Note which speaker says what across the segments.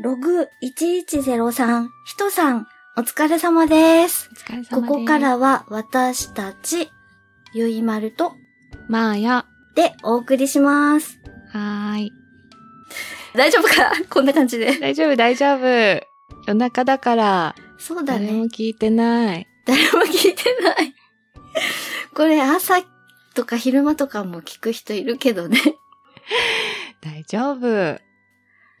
Speaker 1: ログ1103、ひとさん、お疲れ様です。
Speaker 2: お疲れ様です。
Speaker 1: ここか、らは私たち、ゆいまると、
Speaker 2: まーや。
Speaker 1: でお送りします。
Speaker 2: はーい。
Speaker 1: 大丈夫か こんな感じで。
Speaker 2: 大丈夫、大丈夫。夜中だから、
Speaker 1: そうだ
Speaker 2: 誰
Speaker 1: ね
Speaker 2: も。聞いてない。
Speaker 1: 誰も聞いてない。これ朝とか昼間とかも聞く人いるけどね。
Speaker 2: 大丈夫。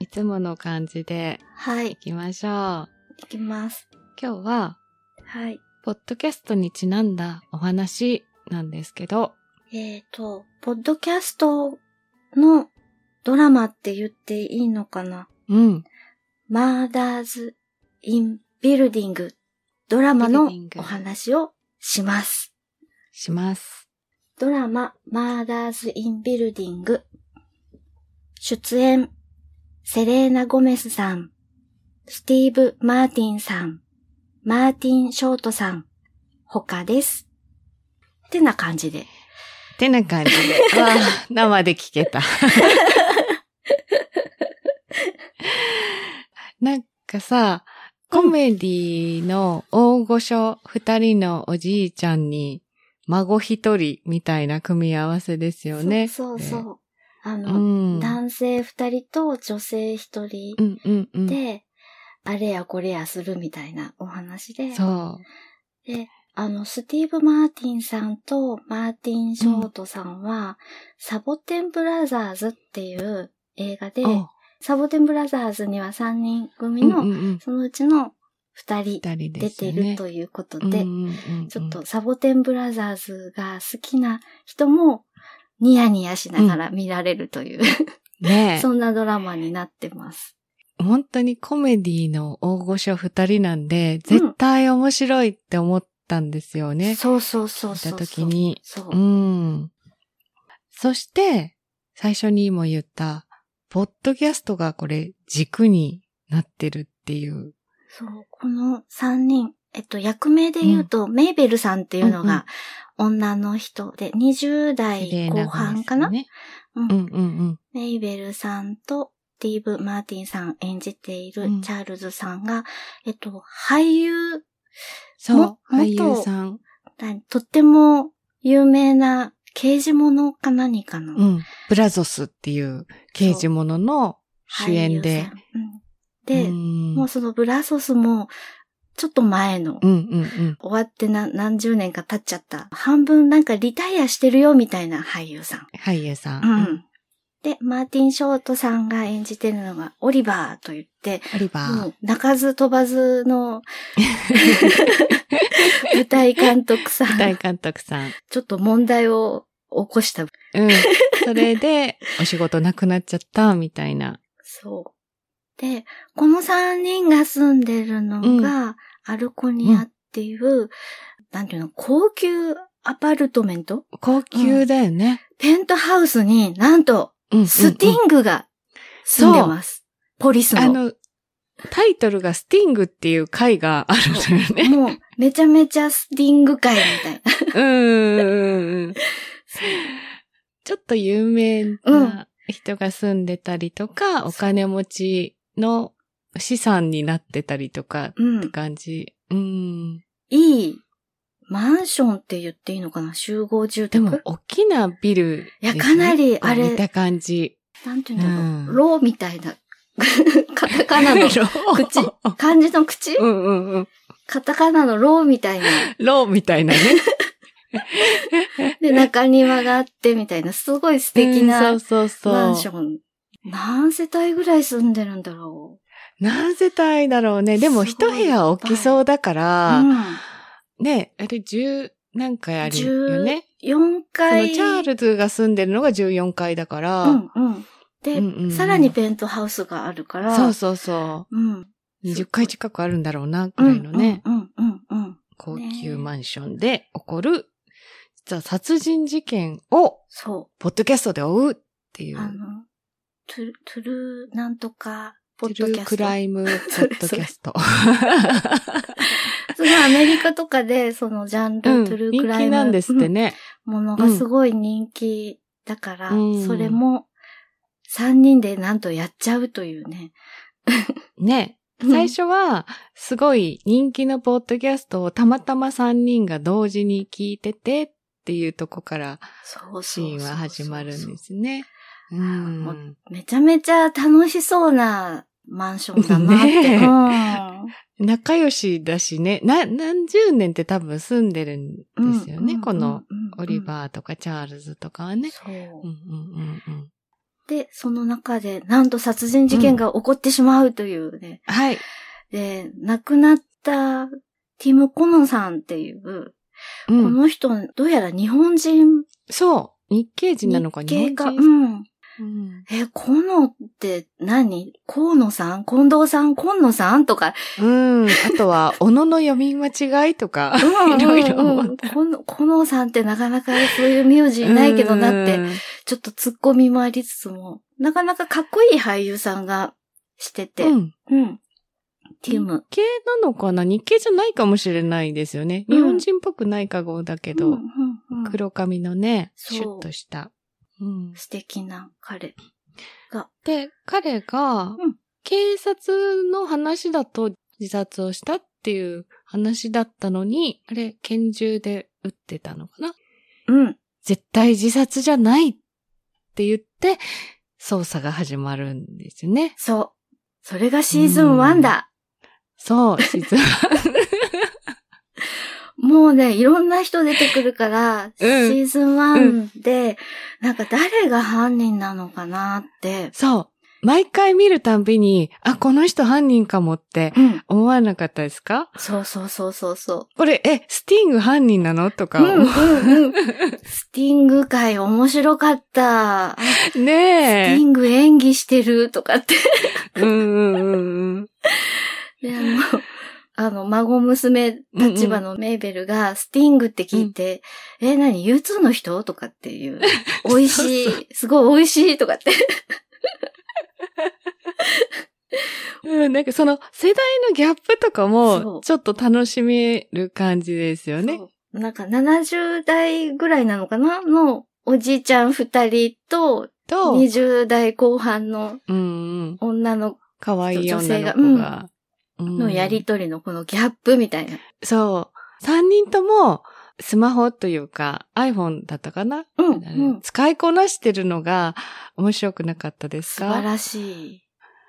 Speaker 2: いつもの感じで
Speaker 1: はい
Speaker 2: 行、きましょう。
Speaker 1: いきます。
Speaker 2: 今日は、
Speaker 1: はい。
Speaker 2: ポッドキャストにちなんだお話なんですけど、
Speaker 1: えっ、と、ポッドキャストのドラマって言っていいのかな
Speaker 2: うん。
Speaker 1: マーダーズ・イン・ビルディングドラマの
Speaker 2: ビルディング
Speaker 1: お話をします。
Speaker 2: します。
Speaker 1: ドラマ、マーダーズ・イン・ビルディング。出演、セレーナ・ゴメスさん、スティーブ・マーティンさん、マーティン・ショートさん、他です。ってな感じで。
Speaker 2: てな感じで。わあ 生で聞けた。なんかさ、コメディの大御所二人のおじいちゃんに孫一人みたいな組み合わせですよね。
Speaker 1: そうそうそう。あ
Speaker 2: う
Speaker 1: の、
Speaker 2: ん。うん
Speaker 1: 男性二人と女性一人
Speaker 2: うんうん。
Speaker 1: で、あれやこれやするみたいなお話で、
Speaker 2: そう。
Speaker 1: あの、スティーブ・マーティンさんとマーティン・ショートさんは、サボテン・ブラザーズっていう映画で、
Speaker 2: お
Speaker 1: サボテン・ブラザーズには3人組
Speaker 2: うんう
Speaker 1: の、
Speaker 2: んうん。
Speaker 1: そのうちの2人
Speaker 2: 二人で
Speaker 1: 出
Speaker 2: すよ
Speaker 1: て
Speaker 2: ね。
Speaker 1: るということで、
Speaker 2: うんうんうんうん
Speaker 1: ちょっとサボテン・ブラザーズが好きな人も、ニヤニヤしながら見られるという、
Speaker 2: ねえ
Speaker 1: そんなドラマになってます。
Speaker 2: 本当にコメディの大御所二人なんで、絶対面白いって思ったんですよね。
Speaker 1: そうそうそう
Speaker 2: 見
Speaker 1: そう
Speaker 2: た
Speaker 1: そう。
Speaker 2: 時に。
Speaker 1: そう。
Speaker 2: うん。そして、最初にも言った、ポッドキャストがこれ軸になってるっていう。
Speaker 1: そう、この三人、えっと、役名で言うと、メイベルさんっていうのが女の人で、20代後半かな、
Speaker 2: 綺麗
Speaker 1: う
Speaker 2: な子ですよねうん
Speaker 1: ん、
Speaker 2: うん
Speaker 1: メイベルさんと、スティーブ・マーティンさん演じている
Speaker 2: うん
Speaker 1: チャールズさんが、えっと、俳優、
Speaker 2: そう
Speaker 1: も、
Speaker 2: 俳優さん。
Speaker 1: なとっても有名な刑事物か何かの、
Speaker 2: うん。ブラゾスっていう刑事ものの主演
Speaker 1: 俳優
Speaker 2: で
Speaker 1: さ。ん。うんで、
Speaker 2: うん
Speaker 1: もうそのブラソスも、ちょっと前の、
Speaker 2: うんうんうん。
Speaker 1: 終わってな何十年か経っちゃった。半分なんかリタイアしてるよみたいな俳優さ
Speaker 2: 俳優さ
Speaker 1: ん。うん。で、マーティン・ショートさんが演じてるのがオリバーと言って、
Speaker 2: オリバー。
Speaker 1: もう泣かず飛ばず の舞台監督さ
Speaker 2: 大
Speaker 1: ん、
Speaker 2: 監督さん。
Speaker 1: ちょっと問題を起こした。
Speaker 2: うん。それで、お仕事なくなっちゃった、みたいな。
Speaker 1: そう。で、この3人が住んでるのが、アルコニアっていう、なんていうの、高級アパルトメント
Speaker 2: 高級だよね。
Speaker 1: ペントハウスになんと、
Speaker 2: うん。
Speaker 1: スティ
Speaker 2: グ
Speaker 1: ングが住んでます。ポリス
Speaker 2: あ
Speaker 1: の。
Speaker 2: の、タイトルがスティングっていう回があるんだよね。
Speaker 1: もう、めちゃめちゃスティング界みたいな。
Speaker 2: うんうんうん。ちょっと有名な人が住んでたりとか、お金持ちの資産になってたりとかっ
Speaker 1: う
Speaker 2: て
Speaker 1: ん。
Speaker 2: 感じ。うん。
Speaker 1: いい、マンションって言っていいのかな集合住
Speaker 2: で
Speaker 1: 宅
Speaker 2: も、大きなビルで
Speaker 1: いや
Speaker 2: すね、
Speaker 1: かなりあれ
Speaker 2: こう見た感じ。
Speaker 1: なんていうんだろう。
Speaker 2: うん
Speaker 1: ローみたいな。 カタカナ の口。漢字の口
Speaker 2: うんうんうん。
Speaker 1: カタカナのローみたいな。
Speaker 2: ローみたい なね。
Speaker 1: で、中庭があってみたいな。すごい素敵
Speaker 2: う
Speaker 1: なん
Speaker 2: そうそうそう。
Speaker 1: マンション。何世帯ぐらい住んでるんだろ
Speaker 2: 何世帯だろうね。でも
Speaker 1: すご
Speaker 2: 一
Speaker 1: い
Speaker 2: 部屋置きそうだか
Speaker 1: う。
Speaker 2: ら、
Speaker 1: うん。
Speaker 2: ね、あれ10何回あるよね。
Speaker 1: 4
Speaker 2: その
Speaker 1: 階。
Speaker 2: チャールズが住んでるのが14階だから、
Speaker 1: うんうん。で、
Speaker 2: うんうんうん
Speaker 1: さらにペントハウスがあるから、。
Speaker 2: そうそうそう
Speaker 1: ん。
Speaker 2: う。20階近くあるんだろうな、
Speaker 1: う
Speaker 2: ぐらい
Speaker 1: ん
Speaker 2: のね、
Speaker 1: うんうんうん。
Speaker 2: 高級マンションで起こる、実は殺人事件を、
Speaker 1: そ。
Speaker 2: ポッドキャストで追うっていうう、
Speaker 1: あの、トゥル、トゥルーなんとか、ポ
Speaker 2: ト
Speaker 1: ッ
Speaker 2: ゥ
Speaker 1: ド
Speaker 2: ル
Speaker 1: キャ
Speaker 2: ー
Speaker 1: スト。
Speaker 2: クラ
Speaker 1: い。
Speaker 2: イムポッドキャス ト。
Speaker 1: すごいアメリカとかで、そのジャンル、
Speaker 2: うん、
Speaker 1: トゥル
Speaker 2: 人
Speaker 1: ークライ
Speaker 2: 気
Speaker 1: ム。
Speaker 2: なんですってね。
Speaker 1: うん。ものがすごい人気だから、
Speaker 2: うん
Speaker 1: それも、3人でなんとやっちゃうというね。
Speaker 2: ね、最初は、すごい人気のポッドキャストをたまたま3人が同時に聞いててっていうとこから
Speaker 1: そうそ
Speaker 2: シ
Speaker 1: うそう
Speaker 2: ーンは始まるんですね。う。
Speaker 1: もうんめちゃめちゃ楽しそうなマンションだなって。
Speaker 2: ねえ
Speaker 1: うん
Speaker 2: 仲良しだしね、な、何十年って多分住んでるんですよね。この、、オリ
Speaker 1: ー
Speaker 2: バーとかチャールズとかはね。
Speaker 1: そう
Speaker 2: うんうんうんうん。
Speaker 1: で、その中で、なんと殺人事件が起こってしまうというね。
Speaker 2: はい。
Speaker 1: で、亡くなったティム・コノンさんっていう、
Speaker 2: う
Speaker 1: こ
Speaker 2: ん、
Speaker 1: の人、どうやら日本人
Speaker 2: そう。日系人なのか、日
Speaker 1: 系
Speaker 2: 本
Speaker 1: か、
Speaker 2: 人。
Speaker 1: うん。
Speaker 2: うん
Speaker 1: え、コノって何河野さん近藤さん今野さんとか。
Speaker 2: うん。あとは、おのの読み間 違いとか、いろいろ思っ
Speaker 1: この、コノさんってなかなかそういう名字い ないけどなって
Speaker 2: う、ん
Speaker 1: ちょっと突っ込みもありつつも、なかなかかっこいい俳優さんがしてて、
Speaker 2: う
Speaker 1: うん。
Speaker 2: ん。
Speaker 1: ティム。
Speaker 2: 系なのかな日系じゃないかもしれないですよね。
Speaker 1: うん
Speaker 2: 日本人っぽくないかごだけ
Speaker 1: うんう
Speaker 2: ど、
Speaker 1: んうん
Speaker 2: 黒髪のね、
Speaker 1: そう
Speaker 2: シュッとした。うん
Speaker 1: 素敵な彼。
Speaker 2: で、彼が
Speaker 1: うん、
Speaker 2: 警察の話だと自殺をしたっていう話だったのに、あれ、拳銃で撃ってたのかな
Speaker 1: うん。
Speaker 2: 絶対自殺じゃないって言って、捜査が始まるんですよね。
Speaker 1: そう。それがシーズン1だ。
Speaker 2: そう、実 は。
Speaker 1: もうね、いろんな人出てくるから、シ
Speaker 2: うん
Speaker 1: ーズン1で、なんか誰が犯人なのかなって。
Speaker 2: そう。毎回見るたんびに、あ、この人犯人かもって
Speaker 1: うん。
Speaker 2: 思わなかったですか
Speaker 1: そうそうそうそうそう。
Speaker 2: これ、え、スティング犯人なのとか
Speaker 1: うん
Speaker 2: 思
Speaker 1: うんうん。スティング界面白かった。あ
Speaker 2: う。
Speaker 1: ステ
Speaker 2: ねえ
Speaker 1: ィ。ング演技してるとかって。
Speaker 2: うんうんうんうん。
Speaker 1: で、あの、あの、孫娘立場のメーベルが、スティングって聞いて、え、何 ?U2 の人とかって いう。美味しい。すごい美味しいとかって。
Speaker 2: うん、なんかその世代のギャップとか
Speaker 1: そう
Speaker 2: も、ちょっと楽しめる感じですよね
Speaker 1: そ。うなんか70代ぐらいなのかなの、おじいちゃん二人と、
Speaker 2: と、うん
Speaker 1: 20代後半の
Speaker 2: うん、
Speaker 1: 女の子
Speaker 2: 可愛い
Speaker 1: そう女
Speaker 2: 女
Speaker 1: 性
Speaker 2: の
Speaker 1: が
Speaker 2: 子が。うん
Speaker 1: のやりとりのこのギャップみたいな。
Speaker 2: そう。三人とも、スマホというか、iPhone だったかな、
Speaker 1: うん、うん。
Speaker 2: 使いこなしてるのが面白くなかったです
Speaker 1: 素
Speaker 2: か
Speaker 1: 晴らしい。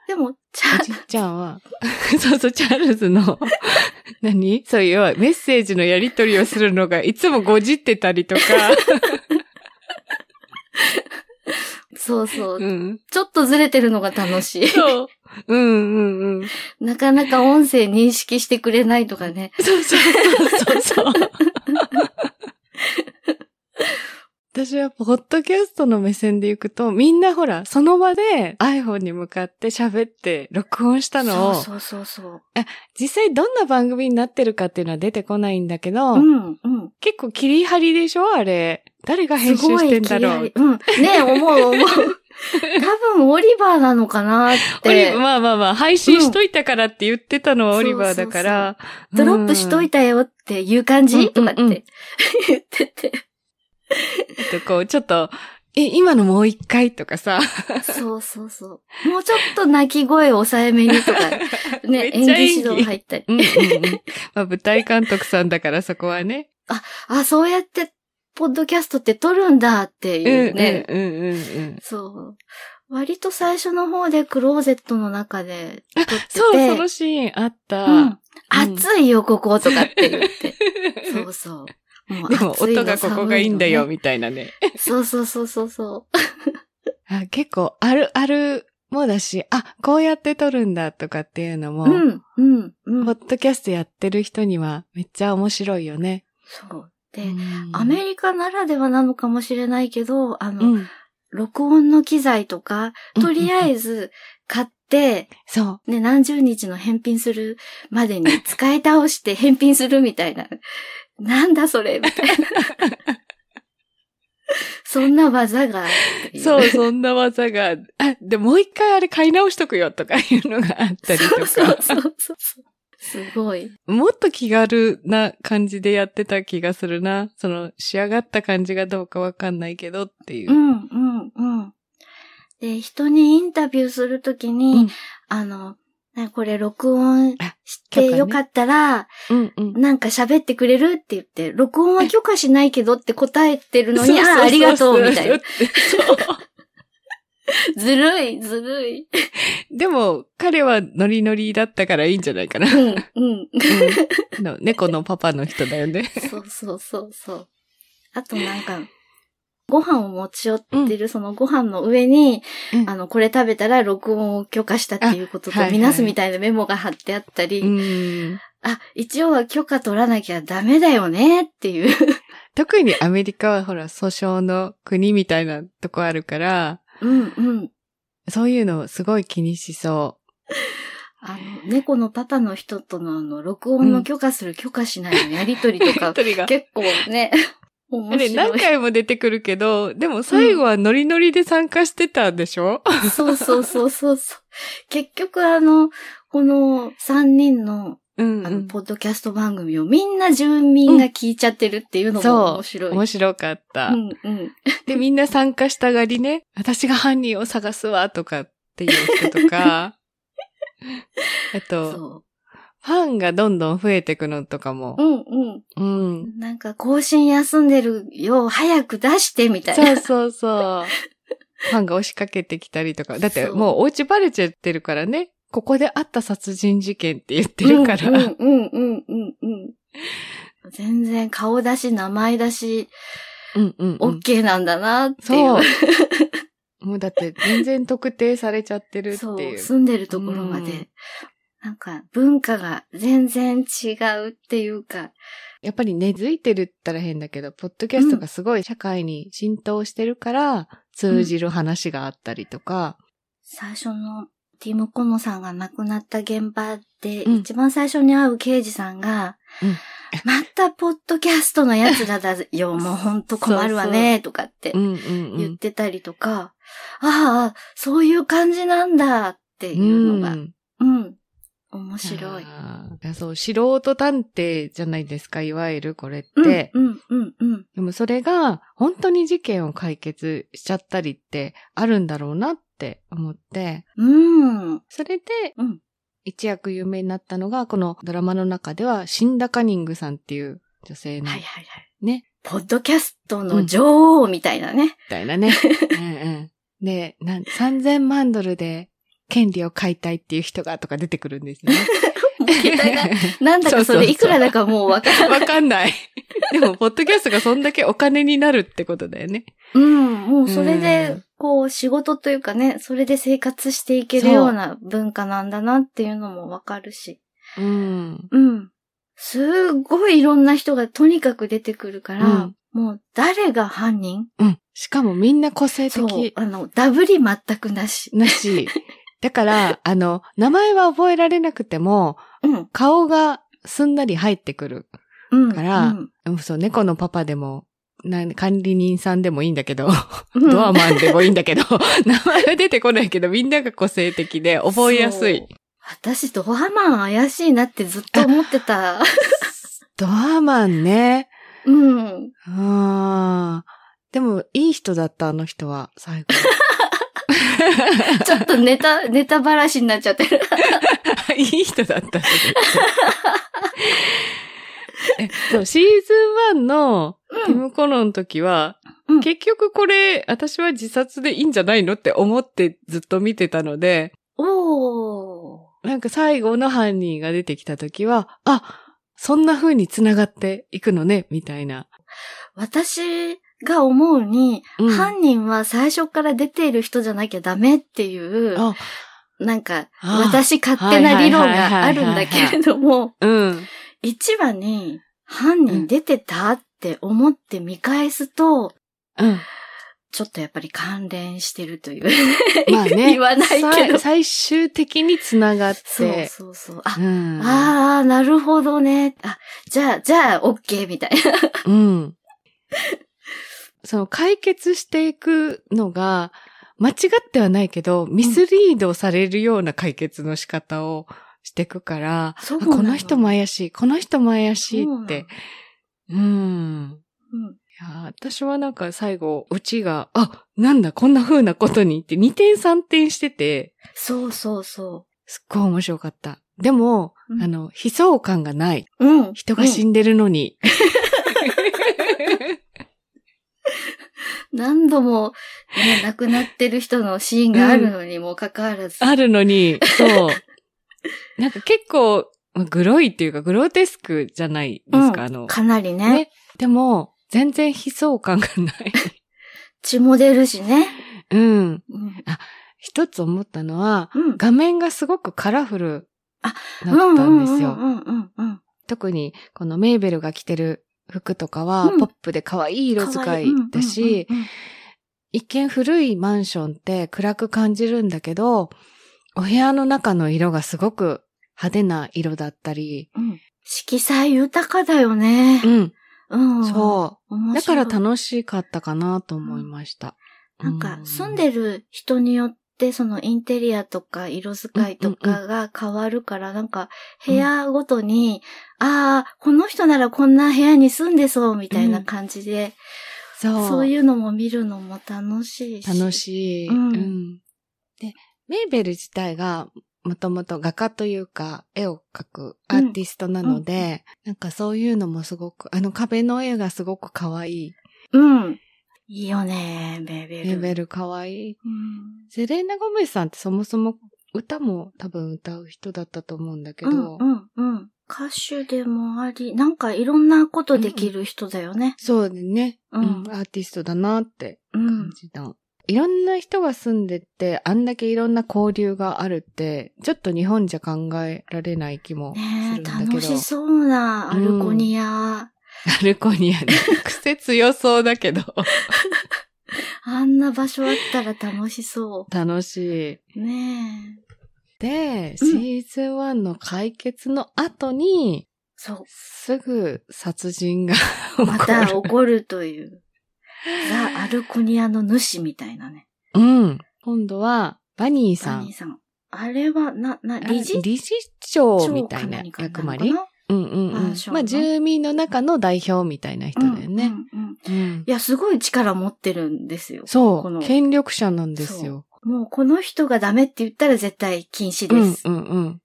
Speaker 1: でも、ち
Speaker 2: おじいちゃんは、 そうそう、チャールズの、 何そういう、メッセージのやりとりをするのが、いつもごじってたりとか、
Speaker 1: ゃ、そうそう、
Speaker 2: うん。
Speaker 1: ちょっとずれてるのが楽しい。
Speaker 2: そう。うんうんうん。
Speaker 1: なかなか音声認識してくれないとかね。
Speaker 2: そうそうそうそうそう。私は、ポッドキャストの目線で行くと、みんなほら、その場で iPhone に向かって喋って録音したのを、
Speaker 1: そうそうそう
Speaker 2: 実際どんな番組になってるかっていうのは出てこないんだけど、
Speaker 1: そう。うん、うん。
Speaker 2: 結構切り張りでしょあれ。誰が編
Speaker 1: す
Speaker 2: 集
Speaker 1: ご
Speaker 2: して
Speaker 1: い
Speaker 2: ん
Speaker 1: 切
Speaker 2: だ
Speaker 1: り
Speaker 2: ろ
Speaker 1: 張り
Speaker 2: う。
Speaker 1: うん。ねえ思う思う。多分オリバーなのかなっ
Speaker 2: オリ
Speaker 1: て。
Speaker 2: まあまあまあ、配信しといたからって言ってたのはオリバーだから。
Speaker 1: ドロップしとい
Speaker 2: て。
Speaker 1: たよっていう感じ、
Speaker 2: うん
Speaker 1: とかって、
Speaker 2: うんうん
Speaker 1: 言ってて。
Speaker 2: えっとこう、ちょっと、え、今のもう一回とかさ。
Speaker 1: そうそうそう。もうちょっと泣き声抑えめにと か、ね、
Speaker 2: めっちゃ
Speaker 1: 演技指
Speaker 2: 演
Speaker 1: 導
Speaker 2: 技
Speaker 1: 入ったり。
Speaker 2: うんうんうん。 まあ、舞台監督さんだからそこはね。
Speaker 1: あ、そうやって、ポッドキャストって撮るんだっていうね。
Speaker 2: うんうんうんうん。
Speaker 1: そう。割と最初の方でクローゼットの中で撮ってて。
Speaker 2: そう、そのシーンあった。
Speaker 1: うん。暑いよ、こことかって言っ て。そうそう。も
Speaker 2: でも、
Speaker 1: 暑いの
Speaker 2: 音がここがいいんだよ、
Speaker 1: 寒のね
Speaker 2: みたいなね。
Speaker 1: そうそうそうそうそう。
Speaker 2: あ結構、あるあるもだし、あ、こうやって撮るんだとかっていうのも、
Speaker 1: うん、うん、うん。
Speaker 2: ポッドキャストやってる人にはめっちゃ面白いよね。
Speaker 1: そう。
Speaker 2: う
Speaker 1: で、
Speaker 2: ん
Speaker 1: アメリカならではなのかもしれないけど、あ
Speaker 2: う
Speaker 1: の、
Speaker 2: ん。
Speaker 1: 録音の機材とか、とりあ
Speaker 2: ず。
Speaker 1: えず買って、
Speaker 2: そう。
Speaker 1: ね、何十日の返品するまでに使い倒して返品するみたい な。なんだそれみたいな。 そんな技があるってい
Speaker 2: そう、そんな技が、あ、で、もう一回あれ買い直しとくよとかいうのがあったりとか。
Speaker 1: そうそうそうそう。すごい。
Speaker 2: もっと気軽な感じでやってた気がするな。その、仕上がった感じがどうかわかんないけどっていうう。
Speaker 1: ん、うん、うん。で、人にインタビューするときに、
Speaker 2: うん
Speaker 1: あの、なんかこれ録音
Speaker 2: あ
Speaker 1: してよかったら、
Speaker 2: うんうん。
Speaker 1: なんか喋ってくれるって言って、録音は許可しないけどって答えて るのに、ああ、ありがとう、みたいな。
Speaker 2: な。
Speaker 1: ずるい、ずる い。
Speaker 2: でも、彼はノリノリだったからいいんじ ゃないかな。
Speaker 1: うん、うん。
Speaker 2: あの猫のパパの人だよね。
Speaker 1: そうそうそうそう。あとなんか、ご飯を持ち寄ってる、そのご飯の上に、
Speaker 2: うん
Speaker 1: あの、これ食べたら録音を許可したっていうことと
Speaker 2: あはいはい
Speaker 1: みなすみたいなメモが貼ってあったり、
Speaker 2: うん
Speaker 1: あ、一応は許可取らなきゃダメだよねっていう。
Speaker 2: 特にアメリカはほら、訴訟の国みたいなとこあるから、
Speaker 1: うんうん。
Speaker 2: そういうのをすごい気にしそ
Speaker 1: あの、猫のパパの人とのあの、録音の許可する、許可しないのやりとりと
Speaker 2: う。
Speaker 1: か、
Speaker 2: 鳥が。
Speaker 1: 結構 ね、
Speaker 2: あ
Speaker 1: 面
Speaker 2: れ
Speaker 1: 白
Speaker 2: 何
Speaker 1: い。
Speaker 2: 回も出てくるけど、でも最後はノリノリで参加してたんでしょ、
Speaker 1: そうそうそうそうそう。結局あの、この3人の
Speaker 2: うん、
Speaker 1: あの、ポッドキャスト番組をみんな住民が聞いちゃってるっていうの
Speaker 2: そう
Speaker 1: も面白い。
Speaker 2: 面白かった、
Speaker 1: うんうん。
Speaker 2: で、みんな参加したがりね、私が犯人を探すわとかっていう人と か、あと、
Speaker 1: そ
Speaker 2: ファンがどんどん増えてくのとかも
Speaker 1: う。う、んう
Speaker 2: うん。
Speaker 1: ん。なんか更新休んでるよ、早く出してみたいな。
Speaker 2: そうそうそう。ファンが押しかけてきたりとか。だって
Speaker 1: そう
Speaker 2: もうお家バレちゃってるからね。ここであった殺人事件って言ってるから。
Speaker 1: うんうんうんうんうん。全然顔出し、名前出し、
Speaker 2: うんうんうん
Speaker 1: OK なんだなっていう。
Speaker 2: そう。もうだって全然特定されちゃってるって
Speaker 1: そう
Speaker 2: いう。
Speaker 1: 住んでるところまで。
Speaker 2: うん
Speaker 1: なんか、文化が全然違うっていうか、
Speaker 2: やっぱり根付いてるったら変だけど、ポッドキャストがすごい社会に浸透してるから、通じる話があったりとか。
Speaker 1: 最初のティム・コモさんが亡くなった現場で、
Speaker 2: うん
Speaker 1: 一番最初に会う刑事さんが、
Speaker 2: うん
Speaker 1: またポッドキャストのやつらだ よ、もうほんと困るわね、とかって
Speaker 2: うんうんう
Speaker 1: 言っ
Speaker 2: ん。
Speaker 1: てたりとか、ああ、そういう感じなんだっていうのが、
Speaker 2: ん
Speaker 1: うん、面白い。
Speaker 2: あーいやそう、素人探偵じゃないですか、いわゆるこれって。
Speaker 1: うん、うん、うん、うん。
Speaker 2: でもそれが本当に事件を解決しちゃったりってあるんだろうなって思って、
Speaker 1: うん、
Speaker 2: それで
Speaker 1: うん、
Speaker 2: 一躍有名になったのが、このドラマの中ではシンダ・カニングさんっていう女性の、
Speaker 1: はいはい
Speaker 2: み
Speaker 1: はい。
Speaker 2: ね。
Speaker 1: ポッドキャストの女王みたいなね。
Speaker 2: たいなね。 うんうん、でなん、3000万ドルで権利を買いたいっていう人がとか出てくるんですね。
Speaker 1: もう桁 が、なんだかそ
Speaker 2: そうそう
Speaker 1: れ
Speaker 2: そう
Speaker 1: いくらだかもうわからない。
Speaker 2: わかんない。でも、ポッドキャストがそんだけお金になるってことだよね。
Speaker 1: うん、もうそれ
Speaker 2: う
Speaker 1: で
Speaker 2: ん、
Speaker 1: こう仕事というかね、それで生活していける
Speaker 2: そう
Speaker 1: ような文化なんだなっていうのもわかるし。
Speaker 2: うん。
Speaker 1: うん。すごいいろんな人がとにかく出てくるから、
Speaker 2: うん
Speaker 1: もう誰が犯人
Speaker 2: うん。しかもみんな個性
Speaker 1: そう
Speaker 2: 的。
Speaker 1: あの、ダブり全くなし。
Speaker 2: なし。だから、あの、名前は覚えられなくても、
Speaker 1: うん。
Speaker 2: 顔がすんなり入ってくる。
Speaker 1: うん。
Speaker 2: から
Speaker 1: うん
Speaker 2: うんそう、猫のパパでも、なん管理人さんでもいいんだけど、
Speaker 1: うん
Speaker 2: ドアマンでもいいんだけど、名前は出てこないけど、みんなが個性的で覚えやす
Speaker 1: そ。。
Speaker 2: いう
Speaker 1: 私、ドアマン怪しいなってずっと思って た。
Speaker 2: ドアマンね。
Speaker 1: うん。
Speaker 2: ああ。でも、いい人だった、あの人は、最後。
Speaker 1: ちょっとネタ、ネタばらしになっちゃって る。
Speaker 2: いい人だった。 えそう、シーズン1の
Speaker 1: う
Speaker 2: ティ
Speaker 1: ん。
Speaker 2: ム・コロンの時は、
Speaker 1: うん
Speaker 2: 結局これ、私は自殺でいいんじゃないのって思ってずっと見てたので、
Speaker 1: おー。
Speaker 2: なんか最後の犯人が出てきた時は、あ、そんな風に繋がっていくのね、みたいな。
Speaker 1: 私が思うに、
Speaker 2: うん
Speaker 1: 犯人は最初から出ている人じゃなきゃダメっていう、
Speaker 2: あ、
Speaker 1: なんか、
Speaker 2: あ
Speaker 1: 私勝手な理論があるんだけれども、
Speaker 2: うん。
Speaker 1: 一話に犯人出てたって思って見返すと、
Speaker 2: うん。
Speaker 1: ちょっとやっぱり関連してるという。
Speaker 2: まあね。
Speaker 1: 言わないけど
Speaker 2: さ最終的に繋がって。
Speaker 1: そうそうそう。あ、
Speaker 2: うん。
Speaker 1: ああ、なるほどね。あ、じゃあ、じゃあ、オッケーみた いな。
Speaker 2: うん。その解決していくのが、間違ってはないけど、ミスリードされるような解決の仕方をしていくから、
Speaker 1: そ
Speaker 2: あこの人も怪しい、この人も怪しいって。うん。
Speaker 1: うん。
Speaker 2: いや私はなんか最後、うちが、あ、なんだ、こんな風なことにって2点3点してて、
Speaker 1: そうそうそ
Speaker 2: すっごい面白かった。でも、
Speaker 1: うん
Speaker 2: あの、悲壮感がない。
Speaker 1: うん。
Speaker 2: 人が死
Speaker 1: うん
Speaker 2: でるの
Speaker 1: ん
Speaker 2: に。
Speaker 1: 何度も、 ね、亡くなってる人のシーンがあるのにもかかわらず。
Speaker 2: あるのに、 そう。なんか結構、まあグロいっていうか、グロテスクじゃないですか、
Speaker 1: うん
Speaker 2: あの。
Speaker 1: かなりね。
Speaker 2: ねでも、全然悲壮感がない。
Speaker 1: 血も出るしね。
Speaker 2: うん。
Speaker 1: うん。
Speaker 2: 一つ思ったのは、
Speaker 1: うん。
Speaker 2: 画面がすごくカラフル
Speaker 1: あ
Speaker 2: だったんです
Speaker 1: う
Speaker 2: よ。
Speaker 1: んうんうんうん
Speaker 2: 特に、このメイベルが着てる服とかは、
Speaker 1: うん
Speaker 2: ポップで可愛い色
Speaker 1: かわ
Speaker 2: 使
Speaker 1: い
Speaker 2: い
Speaker 1: いうん。
Speaker 2: だし、
Speaker 1: うんうんうん
Speaker 2: 一見古いマンションって暗く感じるんだけど、お部屋の中の色がすごく派手な色だったり、
Speaker 1: うん色彩豊かだよね
Speaker 2: う。ん、
Speaker 1: うん。
Speaker 2: そうう。
Speaker 1: ん。
Speaker 2: だから
Speaker 1: 面白い
Speaker 2: 楽しかったかなと思いました。
Speaker 1: なんか、住ん
Speaker 2: る
Speaker 1: でる人によって、そのインテリアとか色使いとかが変わるから、なんか、部屋ごとに、ああ、この人ならこんな部屋に住んでそう、みたいな感じで、
Speaker 2: そう
Speaker 1: そういうのも見るのも楽しいし。
Speaker 2: 楽しい、
Speaker 1: うん
Speaker 2: で、メーベル自体がもともと画家というか絵を描くアーティストなので、なんかそういうのもすごく、あの壁の絵がすごく可愛い。
Speaker 1: うん。いいよね、ベベル。
Speaker 2: メーベル可愛い
Speaker 1: うん。
Speaker 2: セレーナ・ゴメスさんってそもそも歌も多分歌う人だったと思うんだけど、
Speaker 1: うんうんうん。歌手でもあり、なんかいろんなことできる人だよね。
Speaker 2: そうでね、
Speaker 1: うん
Speaker 2: うんアーティストだなって
Speaker 1: うん。
Speaker 2: 感じだ、いろんな人が住んでて、あんだけいろんな交流があるって、ちょっと日本じゃ考えられない気もす
Speaker 1: ね
Speaker 2: るん
Speaker 1: え、
Speaker 2: だけど。
Speaker 1: 楽しそうなアルコニア。
Speaker 2: アルコニア ね。癖強そうだけど。
Speaker 1: あんな場所あったら楽しそ
Speaker 2: 楽しい。
Speaker 1: う。ねえ。
Speaker 2: で、シーズン1の解決の後に、
Speaker 1: そう。
Speaker 2: すぐ殺人が起こる。
Speaker 1: また怒るという。ザ・アルコニアの主みたいなね。
Speaker 2: うん。今度は、バニーさ
Speaker 1: バ
Speaker 2: ん
Speaker 1: ニー。さん。あれは、な、な、理事
Speaker 2: 理事長
Speaker 1: 長
Speaker 2: みた
Speaker 1: か
Speaker 2: いな
Speaker 1: 何かな
Speaker 2: 役
Speaker 1: のか
Speaker 2: 割
Speaker 1: な
Speaker 2: うんうんうん
Speaker 1: あ。そうな
Speaker 2: まあ、
Speaker 1: の
Speaker 2: 住民の中の代表みたいな人だ
Speaker 1: うん
Speaker 2: よね。
Speaker 1: うんうん
Speaker 2: うん
Speaker 1: いや、すごい力持ってるんですよ。
Speaker 2: そ
Speaker 1: こ
Speaker 2: う。
Speaker 1: の
Speaker 2: 権力者なんですよ。
Speaker 1: もうこの人がダメって言ったら絶対禁止
Speaker 2: う
Speaker 1: で
Speaker 2: ん
Speaker 1: す。
Speaker 2: うん うん。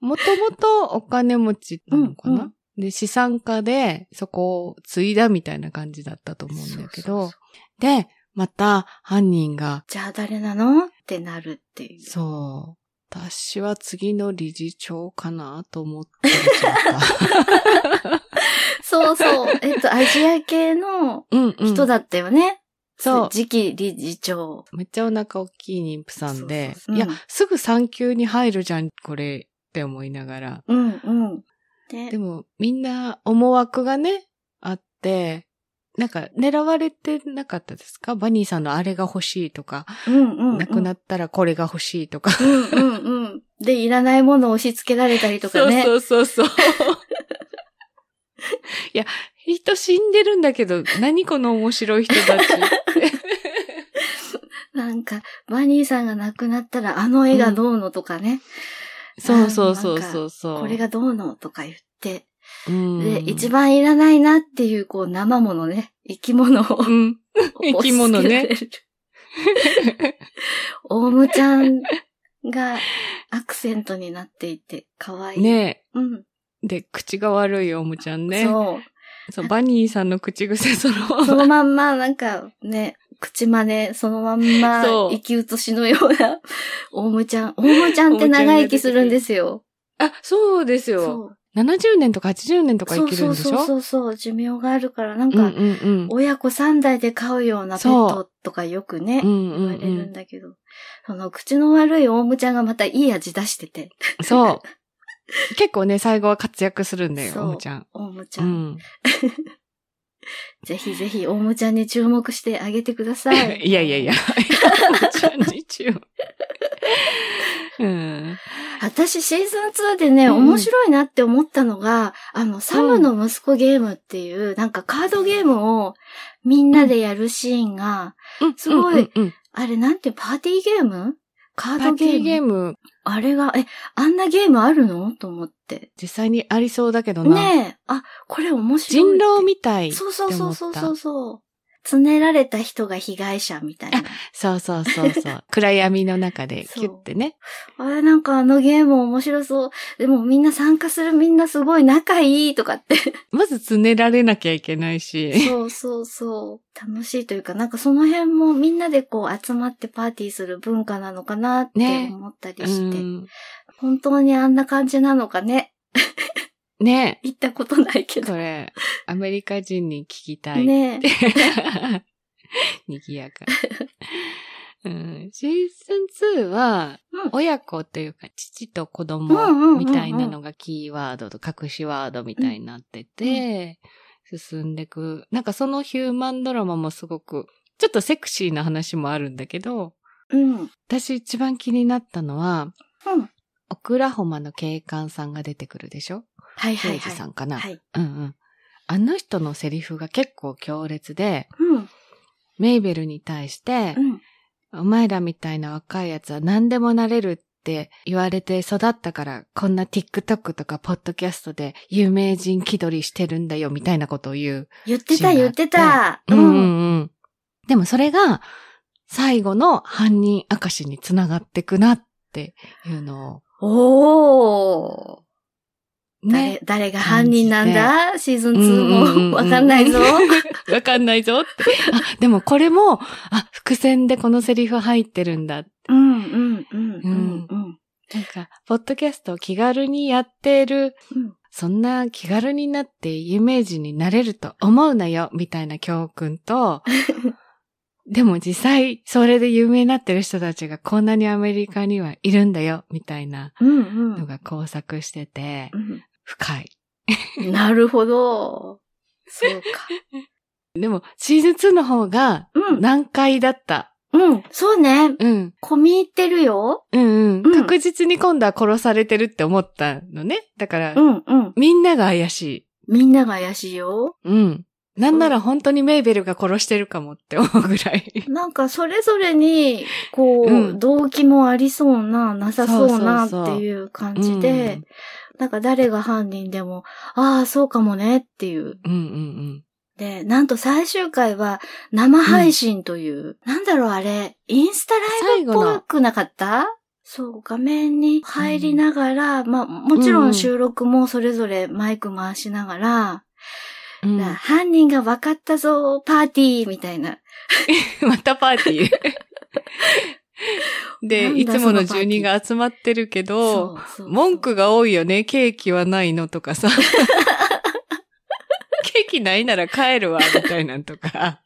Speaker 2: もともとお金持ちなのかな、
Speaker 1: うん
Speaker 2: で、資産家で、そこを継いだみたいな感じだったと思うんだけど。
Speaker 1: そうそうそう
Speaker 2: で、また犯人が、
Speaker 1: じゃあ誰なのってなるっていう。
Speaker 2: そう。私は次の理事長かなと思ってしまった。
Speaker 1: そう そう。えっと、アジア系の
Speaker 2: うんうん。
Speaker 1: 人だったよね。
Speaker 2: そう
Speaker 1: 次期理事長。
Speaker 2: めっちゃお腹大きい妊婦さん
Speaker 1: そ
Speaker 2: で、
Speaker 1: うそうそう
Speaker 2: いや
Speaker 1: うん、
Speaker 2: すぐ産休に入るじゃん、これって思いながら。
Speaker 1: うんうん。で、
Speaker 2: でも、みんな思惑がね、あって、なんか狙われてなかったですかバニーさんのあれが欲しいとか、
Speaker 1: うんうん、うん。
Speaker 2: 亡くなったらこれが欲しいとか。
Speaker 1: うんうんうん。で、いらないものを押し付けられたりとかね。
Speaker 2: そうそうそうそう。いや、人死んでるんだけど、何この面白い人たち。
Speaker 1: なんか、バニーさんが亡くなったら、あの絵がどうのとかね。
Speaker 2: そうそうそうそうそう。
Speaker 1: これ、がどうのとか言って。
Speaker 2: うん、
Speaker 1: で、一番いらないなっていう、こう、生ものね、生き物を
Speaker 2: うん。生き物ね
Speaker 1: 押し付けられる。オウムちゃんがアクセントになっていて、可愛い。
Speaker 2: ね
Speaker 1: うん。
Speaker 2: え。で、口が悪いオウムちゃんね。
Speaker 1: そう。
Speaker 2: そう、バニーさんの口癖そのまま
Speaker 1: そのまんま、なんかね、口真似、そのまんま、
Speaker 2: そう
Speaker 1: 生き写しのような、オウムちゃん。オウムちゃんって長生きするんですよ。
Speaker 2: あ、そうですよ。
Speaker 1: そう。
Speaker 2: 70年とか80年とか
Speaker 1: そう
Speaker 2: 生きる
Speaker 1: そ
Speaker 2: ん
Speaker 1: う
Speaker 2: でしょ
Speaker 1: そうそう、寿命があるから、なん
Speaker 2: うん
Speaker 1: か、
Speaker 2: うん
Speaker 1: 親子三代で飼うようなペットとかよくね、
Speaker 2: うん。う
Speaker 1: 言わ
Speaker 2: んうん
Speaker 1: れ
Speaker 2: う
Speaker 1: るん
Speaker 2: ん。
Speaker 1: だけど、その口の悪いオウムちゃんがまたいい味出してて、
Speaker 2: そう。結構ね、最後は活躍するんだよ、
Speaker 1: そう
Speaker 2: おもちゃん。
Speaker 1: オウムち
Speaker 2: う
Speaker 1: ゃん。
Speaker 2: ん。
Speaker 1: ぜひぜひオウムちゃんに注目してあげてください。
Speaker 2: いやいやいや。。おもちゃんに注目。うん。
Speaker 1: 私シーズン2でね、
Speaker 2: うん
Speaker 1: 面白いなって思ったのが、あの、サムの息子ゲームっていう、なんかカードゲームをみんなでやるシーンが、
Speaker 2: うん
Speaker 1: すごい。
Speaker 2: うんうん
Speaker 1: あれなんてパーティーゲームカ
Speaker 2: パ
Speaker 1: ード
Speaker 2: ーテ
Speaker 1: ゲー
Speaker 2: ィ
Speaker 1: ム
Speaker 2: ーゲーム、
Speaker 1: あれが、え、あんなゲームあるのと思って。
Speaker 2: 実際にありそうだけどな。
Speaker 1: ねえ、あ、これ面白いっ
Speaker 2: 人
Speaker 1: て。
Speaker 2: 狼みたい。
Speaker 1: そうそうそうそうそうそう。つねられた人が被害者みたいな。
Speaker 2: そうそうそう そう。暗闇の中でキュッてね。
Speaker 1: あれなんかあのゲーム面白そう。でもみんな参加するみんなすごい仲いいとかって。
Speaker 2: まずつねられなきゃいけないし。
Speaker 1: そうそうそう。楽しいというか、なんかその辺もみんなでこう集まってパーティーする文化なのかなって
Speaker 2: ね
Speaker 1: 思ったり
Speaker 2: う
Speaker 1: して。
Speaker 2: ん。
Speaker 1: 本当にあんな感じなのかね。
Speaker 2: ね
Speaker 1: 行ったことないけ
Speaker 2: こ
Speaker 1: ど。
Speaker 2: れ、アメリカ人に聞きたい。
Speaker 1: ねえ。
Speaker 2: にぎやか。うん、シーズン2は
Speaker 1: うん、
Speaker 2: 親子というか、父と子
Speaker 1: うんうんうんう
Speaker 2: 供
Speaker 1: ん
Speaker 2: みたいなのがキーワードと隠しワードみたいになってて、進んでく。なんかそのヒューマンドラマもすごく、ちょっとセクシーな話もあるんだけど、
Speaker 1: うん。うん。
Speaker 2: 私一番気になったのは、オクラホマの警官さんが出てくるでしょ
Speaker 1: はいはい
Speaker 2: 刑
Speaker 1: は
Speaker 2: 事
Speaker 1: い。
Speaker 2: さんかな、
Speaker 1: はい。
Speaker 2: うんうん。あの人のセリフが結構強烈で、
Speaker 1: うん。
Speaker 2: メイベルに対して、
Speaker 1: うん。
Speaker 2: お前らみたいな若いやつは何でもなれるって言われて育ったから、こんな TikTok とかポッドキャストで有名人気取りしてるんだよみたいなことを言う。
Speaker 1: 言ってた
Speaker 2: 違って
Speaker 1: 言ってた。う
Speaker 2: う
Speaker 1: ん
Speaker 2: う
Speaker 1: ん。
Speaker 2: んうん。でもそれが最後の犯人明かしにつながってくなっていうの
Speaker 1: おー。
Speaker 2: をね。
Speaker 1: 誰、誰が犯人なんだシーズン2もわかんないぞ。
Speaker 2: わかんないぞって。 あ、でもこれも、あ、伏線でこのセリフ入ってるんだ
Speaker 1: うんうんうんうんうん
Speaker 2: なんか、ポッドキャストを気軽にやってる、
Speaker 1: うん
Speaker 2: そんな気軽になって有名人になれると思うなよ、みたいな教 訓と、でも実際、それで有名になってる人たちがこんなにアメリカにはいるんだよ、みたいな
Speaker 1: うんう
Speaker 2: の
Speaker 1: ん
Speaker 2: が交錯してて、
Speaker 1: う
Speaker 2: 深い。
Speaker 1: ん。なるほど。そうか。
Speaker 2: でも、シーズン2の方が
Speaker 1: うん。
Speaker 2: 難解だった。
Speaker 1: うん。そうね。
Speaker 2: うん。
Speaker 1: 込み入ってるよ。
Speaker 2: うん
Speaker 1: う
Speaker 2: うんん。確実に今度は殺されてるって思ったのね。だから、
Speaker 1: うんうん。
Speaker 2: みんなが怪しい。
Speaker 1: みんなが怪しいよ。
Speaker 2: うん。なんなら本当にメイベルが殺してるかもって思うぐらい。
Speaker 1: なんかそれぞれに、こう、
Speaker 2: うん
Speaker 1: 動機もありそうな、なさそうなっ
Speaker 2: そうそうそう
Speaker 1: ていう感じで、なんか誰が犯人でも、ああ、そうかもねっていう。
Speaker 2: うん、うんうん
Speaker 1: で、なんと最終回は生配信という、なんだろうあれ、インスタライブ
Speaker 2: 最後
Speaker 1: っ
Speaker 2: の
Speaker 1: ぽくなかったそう、画面に入りながら、まあ、もちろ
Speaker 2: うんうんん
Speaker 1: 収録もそれぞれマイク回しながら、
Speaker 2: うん。
Speaker 1: な犯人が分かったぞ、パーティーみたいな。
Speaker 2: またパーテ ィー。
Speaker 1: な
Speaker 2: で、
Speaker 1: んだ
Speaker 2: いつ
Speaker 1: その
Speaker 2: もの
Speaker 1: パーテ
Speaker 2: 住
Speaker 1: ィー
Speaker 2: 人が集まってるけど、
Speaker 1: そうそうそう
Speaker 2: 文句が多いよね。ケーキはないのと かさ。ケーキないなら帰るわ、みたいなんとか。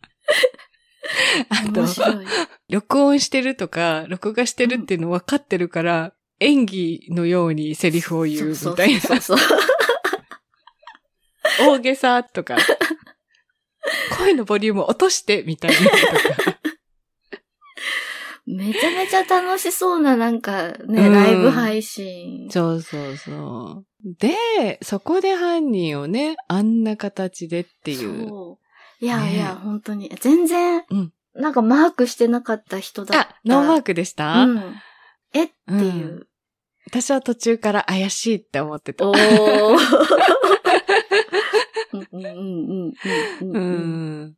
Speaker 2: あと
Speaker 1: 面、白い。
Speaker 2: 録音してるとか、録画してるっていうの分かってるから、演技のようにセリフを言うみたいな。
Speaker 1: そうそうそう。
Speaker 2: 大げさと か、声のボリューム落としてみたいなとか。
Speaker 1: めちゃめちゃ楽しそうな、なんかね、
Speaker 2: うん
Speaker 1: ライブ配信。
Speaker 2: そうそうそう。で、そこで犯人をね、あんな形でっていう。
Speaker 1: そう。いやいや、
Speaker 2: ね
Speaker 1: 本当に。全然、
Speaker 2: うん
Speaker 1: なんかマークしてなかった人だった
Speaker 2: あ。、ノーマークでした、
Speaker 1: うん。えっていう。
Speaker 2: 私は途中から怪しいって思ってた。
Speaker 1: お ー。うんうんうんうんう
Speaker 2: うんん。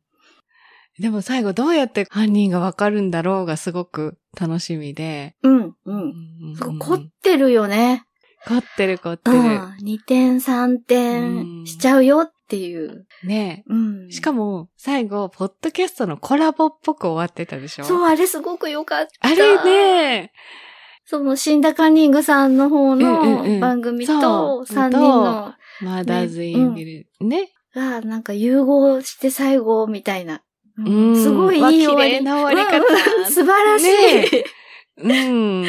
Speaker 2: でも最後どうやって犯人がわかるんだろうがすごく楽しみで。
Speaker 1: うん。うんう。
Speaker 2: うんんうん
Speaker 1: すごい凝ってるよね。
Speaker 2: 凝ってる凝って
Speaker 1: う
Speaker 2: る。
Speaker 1: ん。2点3
Speaker 2: う
Speaker 1: 点
Speaker 2: ん
Speaker 1: しちゃうよっていう。
Speaker 2: ね
Speaker 1: うん。
Speaker 2: しか
Speaker 1: も。
Speaker 2: も最後、ポッドキャストのコラボっぽく終わってたでしょ
Speaker 1: そう、あれすごく良かった。
Speaker 2: あれね、
Speaker 1: その、死んだカンニングさんの方
Speaker 2: うんうんう
Speaker 1: の
Speaker 2: ん
Speaker 1: 番組
Speaker 2: そ
Speaker 1: と、
Speaker 2: う
Speaker 1: 3人の
Speaker 2: マーダーズ・インビル、ね。
Speaker 1: が、なんか融合して最後みたいな。
Speaker 2: うん
Speaker 1: すごいいい終わり。
Speaker 2: わ綺麗な終わり方
Speaker 1: うんうん素晴らしい。
Speaker 2: うん。
Speaker 1: うん。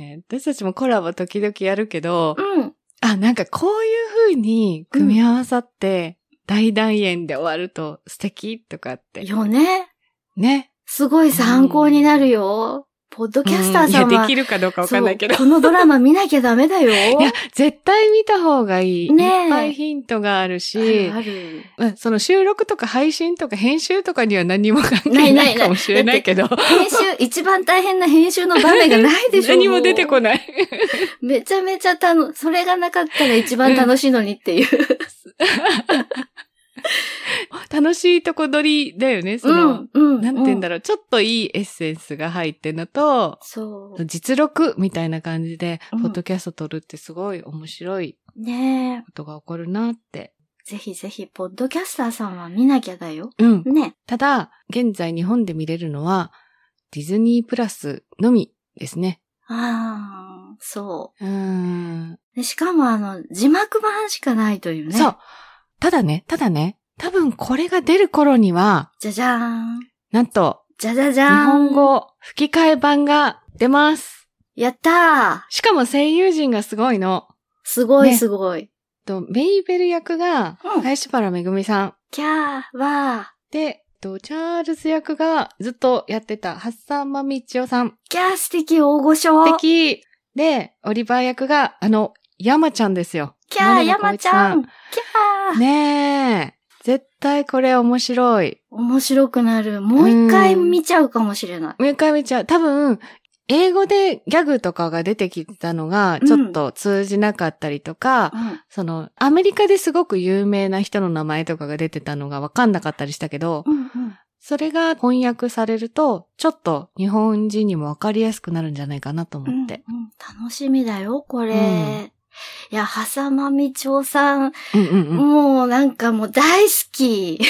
Speaker 2: えー私たちもコラボ時々やるけど、
Speaker 1: うん。
Speaker 2: あ、なんかこういう風に組み合わさって、大団円で終わると素敵とかって。
Speaker 1: よね。
Speaker 2: ね。
Speaker 1: すごい参考になるよ。ポッドキャスターさ
Speaker 2: うんんいや、
Speaker 1: は
Speaker 2: でき、るかどうかわ
Speaker 1: そ
Speaker 2: かんないうけど。
Speaker 1: このドラマ見なきゃダメだよ。
Speaker 2: いや、絶対見た方がいい。
Speaker 1: ねえ
Speaker 2: いっぱいヒントがある
Speaker 1: ある
Speaker 2: し
Speaker 1: あ、る。
Speaker 2: うんその収録とか配信とか編集とかには何も関
Speaker 1: ない
Speaker 2: 係
Speaker 1: な
Speaker 2: ないい
Speaker 1: ない
Speaker 2: かもしれないけど。
Speaker 1: 編集、一番大変な編集の場面がないでしょ。
Speaker 2: 何も出てこ
Speaker 1: い。
Speaker 2: ない。
Speaker 1: めちゃめちゃ楽、それがなかったら一番楽しいのにっていう。
Speaker 2: 楽しいとこ取りだよね、その、
Speaker 1: ん、うん
Speaker 2: なんて言うんだ
Speaker 1: ろ
Speaker 2: ろう、ちょっといいエッセンスが入ってんのと
Speaker 1: う、そう。
Speaker 2: 実録みたいな感じで、
Speaker 1: うん
Speaker 2: ポッドキャスト撮るってすごい面白い
Speaker 1: ね
Speaker 2: ことが起こるなって。
Speaker 1: え。ぜひぜひ、ポッドキャスターさんは見なきゃだよ。
Speaker 2: うん。
Speaker 1: ね。
Speaker 2: ただ、現在日本で見れるのは、ディズニープラスのみですね。
Speaker 1: ああ、そう
Speaker 2: ーん。
Speaker 1: う。でしかも、あの、字幕版しかないというね。
Speaker 2: そう。。ただね、ただね、多分これが出る頃には、
Speaker 1: じゃじゃーん。
Speaker 2: なんと、
Speaker 1: じゃじゃじ
Speaker 2: 日
Speaker 1: ゃーん。
Speaker 2: 本。語吹き替え版が出ます。
Speaker 1: やったー。
Speaker 2: しかも声優陣がすごいの。
Speaker 1: すごい
Speaker 2: ね
Speaker 1: すごい。
Speaker 2: とメイベル役が
Speaker 1: うん、
Speaker 2: 林原めぐみさん。
Speaker 1: キャー、わ
Speaker 2: で、えっと、チャールズ役がずっとやってた、ハッサンマミチオさん
Speaker 1: ー。キャー素敵大御所。
Speaker 2: 的。で、オリバー役が、あの、山ちゃんですよ。
Speaker 1: キャー、
Speaker 2: 野々村
Speaker 1: 山
Speaker 2: 光一
Speaker 1: ちゃ
Speaker 2: さ
Speaker 1: ん。キャー。
Speaker 2: ねえ。絶対これ面白い。
Speaker 1: 面白くなる。もう一回見ちゃうかもしれない。
Speaker 2: めちゃめちゃ、多分、英語でギャグとかが出てきたのが、
Speaker 1: うん
Speaker 2: ちょっと通じなかったりとか、
Speaker 1: うん。
Speaker 2: その、アメリカですごく有名な人の名前とかが出てたのがわかんなかったりしたけど、
Speaker 1: うんうん。
Speaker 2: それが翻訳されると、ちょっと日本人にもわかりやすくなるんじゃないかなと思って。
Speaker 1: うんうん楽しみだよ、これ。
Speaker 2: うん
Speaker 1: いや、はさまみちょうさん、
Speaker 2: うんうんうん。
Speaker 1: もうなんかもう大好き。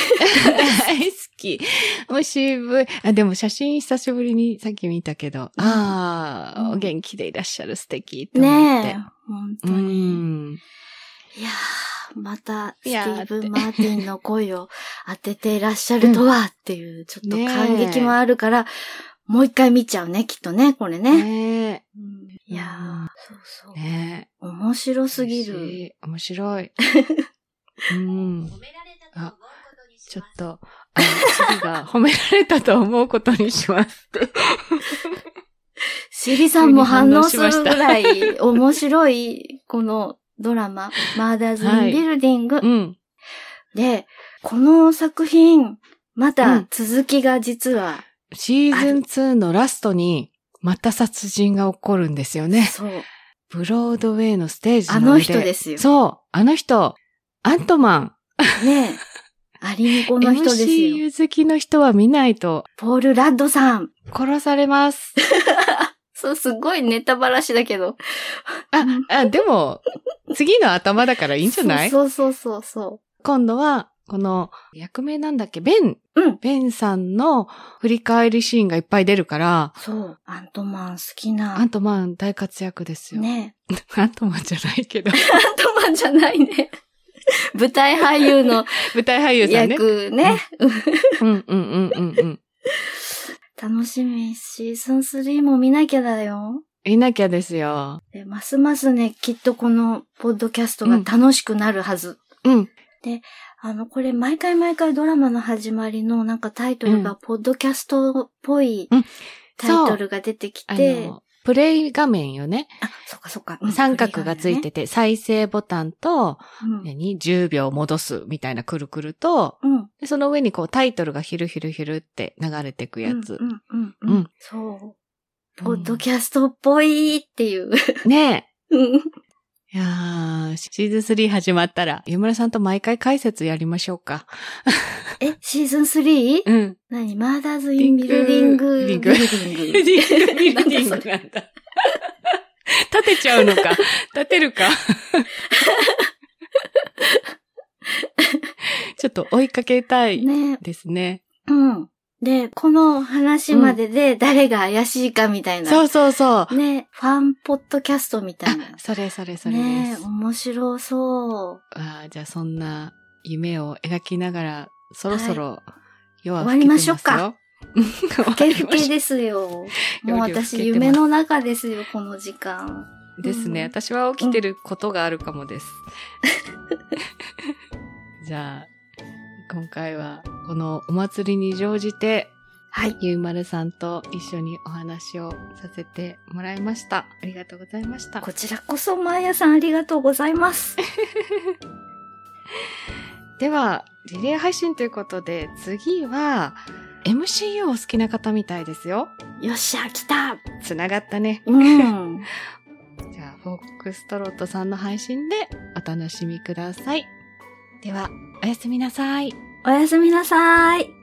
Speaker 2: 大好き。もう渋い。あ、でも写真久しぶりにさっき見たけど、ああ、
Speaker 1: うん
Speaker 2: お元気でいらっしゃる素敵って思っ
Speaker 1: ねえ
Speaker 2: て。。
Speaker 1: 本当
Speaker 2: う
Speaker 1: に。い
Speaker 2: ん。
Speaker 1: やー、また、ステ
Speaker 2: い
Speaker 1: ィ
Speaker 2: やー
Speaker 1: ーブン・マーティンの声を当てていらっしゃるとはっていう、ちょっと感激もあるから、もう一回見ちゃうね、きっとね、これね。
Speaker 2: ね
Speaker 1: うんいや
Speaker 2: う
Speaker 1: ー
Speaker 2: ん、
Speaker 1: そうそう
Speaker 2: え。。ねえ。
Speaker 1: 面白すぎ
Speaker 2: 嬉し
Speaker 1: る。
Speaker 2: い。面白 い。うん。あ、ちょっと、あの、次が褒められたと思うことに しますって。
Speaker 1: シリさんも反応するぐら
Speaker 2: 急に反応しま
Speaker 1: い面白い、このドラ マ、マーダーズ・イン・ビルディング。
Speaker 2: うん。
Speaker 1: で、この作品、まだ続きが実 は、
Speaker 2: シーズン2のラストに、また殺人が起こるんですよね。
Speaker 1: そう、
Speaker 2: ブロードウェイのステージ
Speaker 1: あ
Speaker 2: の
Speaker 1: の
Speaker 2: 上
Speaker 1: 人ですよ。
Speaker 2: そう、あの人、アントマン。
Speaker 1: ねえ。アリニコ
Speaker 2: こ
Speaker 1: の人ですよ。
Speaker 2: MCU 好きの人は見ないと
Speaker 1: ポール・ラッドさん。
Speaker 2: 殺さ れます。
Speaker 1: そう、すごいネタばらしだけど。
Speaker 2: あ、あ、でも、次の頭だからい
Speaker 1: い
Speaker 2: いんじゃない
Speaker 1: そうそうそうそ
Speaker 2: 今度は、この、役名なんだっけベン。
Speaker 1: うん
Speaker 2: ベンさんの振り返りシーンがいっぱい出るから、
Speaker 1: う。そう。アントマン好き
Speaker 2: アン
Speaker 1: な。
Speaker 2: トマン大活躍です よ。
Speaker 1: ね
Speaker 2: アントマンじゃないけ ど、
Speaker 1: え。アントマンじゃない ね。舞台俳優の
Speaker 2: 舞台俳優さんね。
Speaker 1: 役ね。
Speaker 2: うんうんうんうんうん。
Speaker 1: 楽しみ。シーズン3も見なきゃだよ。
Speaker 2: いなきゃですよ。
Speaker 1: でますますね、きっとこのポッドキャストが楽しくなるはず。
Speaker 2: うん。
Speaker 1: あの、これ、毎回毎回ドラマの始まりの、なんかタイトル
Speaker 2: う
Speaker 1: が、ポッドキャストっぽい
Speaker 2: うん
Speaker 1: タイトルが出てき
Speaker 2: あ
Speaker 1: て、
Speaker 2: の、プレイ画面よね。
Speaker 1: あそっかそっか。うん
Speaker 2: 三角がつい、てて、再生ボタンと、
Speaker 1: それがね
Speaker 2: 何 ?10 秒戻すみたいなくるくると、
Speaker 1: うん。うん。
Speaker 2: でその上にこうタイトルがヒルヒルヒルって流れてくやつ
Speaker 1: う。ん。うん。う
Speaker 2: うんん。
Speaker 1: そう。ポッドキャストっぽいっていう。
Speaker 2: ね
Speaker 1: うん
Speaker 2: え。いやー、シーズン3始まったら、湯村さんと毎回解説やりましょうか。
Speaker 1: え、シーズン 3?
Speaker 2: うん。
Speaker 1: 何マーダーズ・イン・ビルディング。
Speaker 2: ビルディング。ビルディング。ビルディング
Speaker 1: なんだそれ
Speaker 2: なんだ。立てちゃうのか。立てるか。 ちょっと追いかけたい
Speaker 1: ね
Speaker 2: ですね。
Speaker 1: うん。で、この話までで誰が怪しいかみたいな。
Speaker 2: そうそうそう。
Speaker 1: ね、ファンポッドキャストみたいな。
Speaker 2: あ、それそれそれで
Speaker 1: ね
Speaker 2: す。
Speaker 1: 面白そう。
Speaker 2: あーじゃあそんな夢を描きながら、そろそろ夜は
Speaker 1: 終わ
Speaker 2: 更け
Speaker 1: り
Speaker 2: て
Speaker 1: ま
Speaker 2: ます
Speaker 1: しょ
Speaker 2: よ。
Speaker 1: うか
Speaker 2: 終わ
Speaker 1: ふけ
Speaker 2: り
Speaker 1: ふ
Speaker 2: ましょう。
Speaker 1: けですよ。もう
Speaker 2: 夜更けてます
Speaker 1: 私、夢の中ですよ、この時間。
Speaker 2: ですね。
Speaker 1: うん
Speaker 2: 私は起きてることがあるかもです。 じゃあ、今回はこのお祭りに乗じて、
Speaker 1: はい。
Speaker 2: ゆうまるさんと一緒にお話をさせてもらいました。ありがとうございました。
Speaker 1: こちらこそ、まーやさんありがとうござい ます。
Speaker 2: では、リレー配信ということで、次は、MCU を好きな方みたいですよ。
Speaker 1: よっしゃ、来た
Speaker 2: つながったね。
Speaker 1: うん。
Speaker 2: じゃあ、フォックストロットさんの配信でお楽しみください。では、おやすみなさい。
Speaker 1: おやすみなさーい。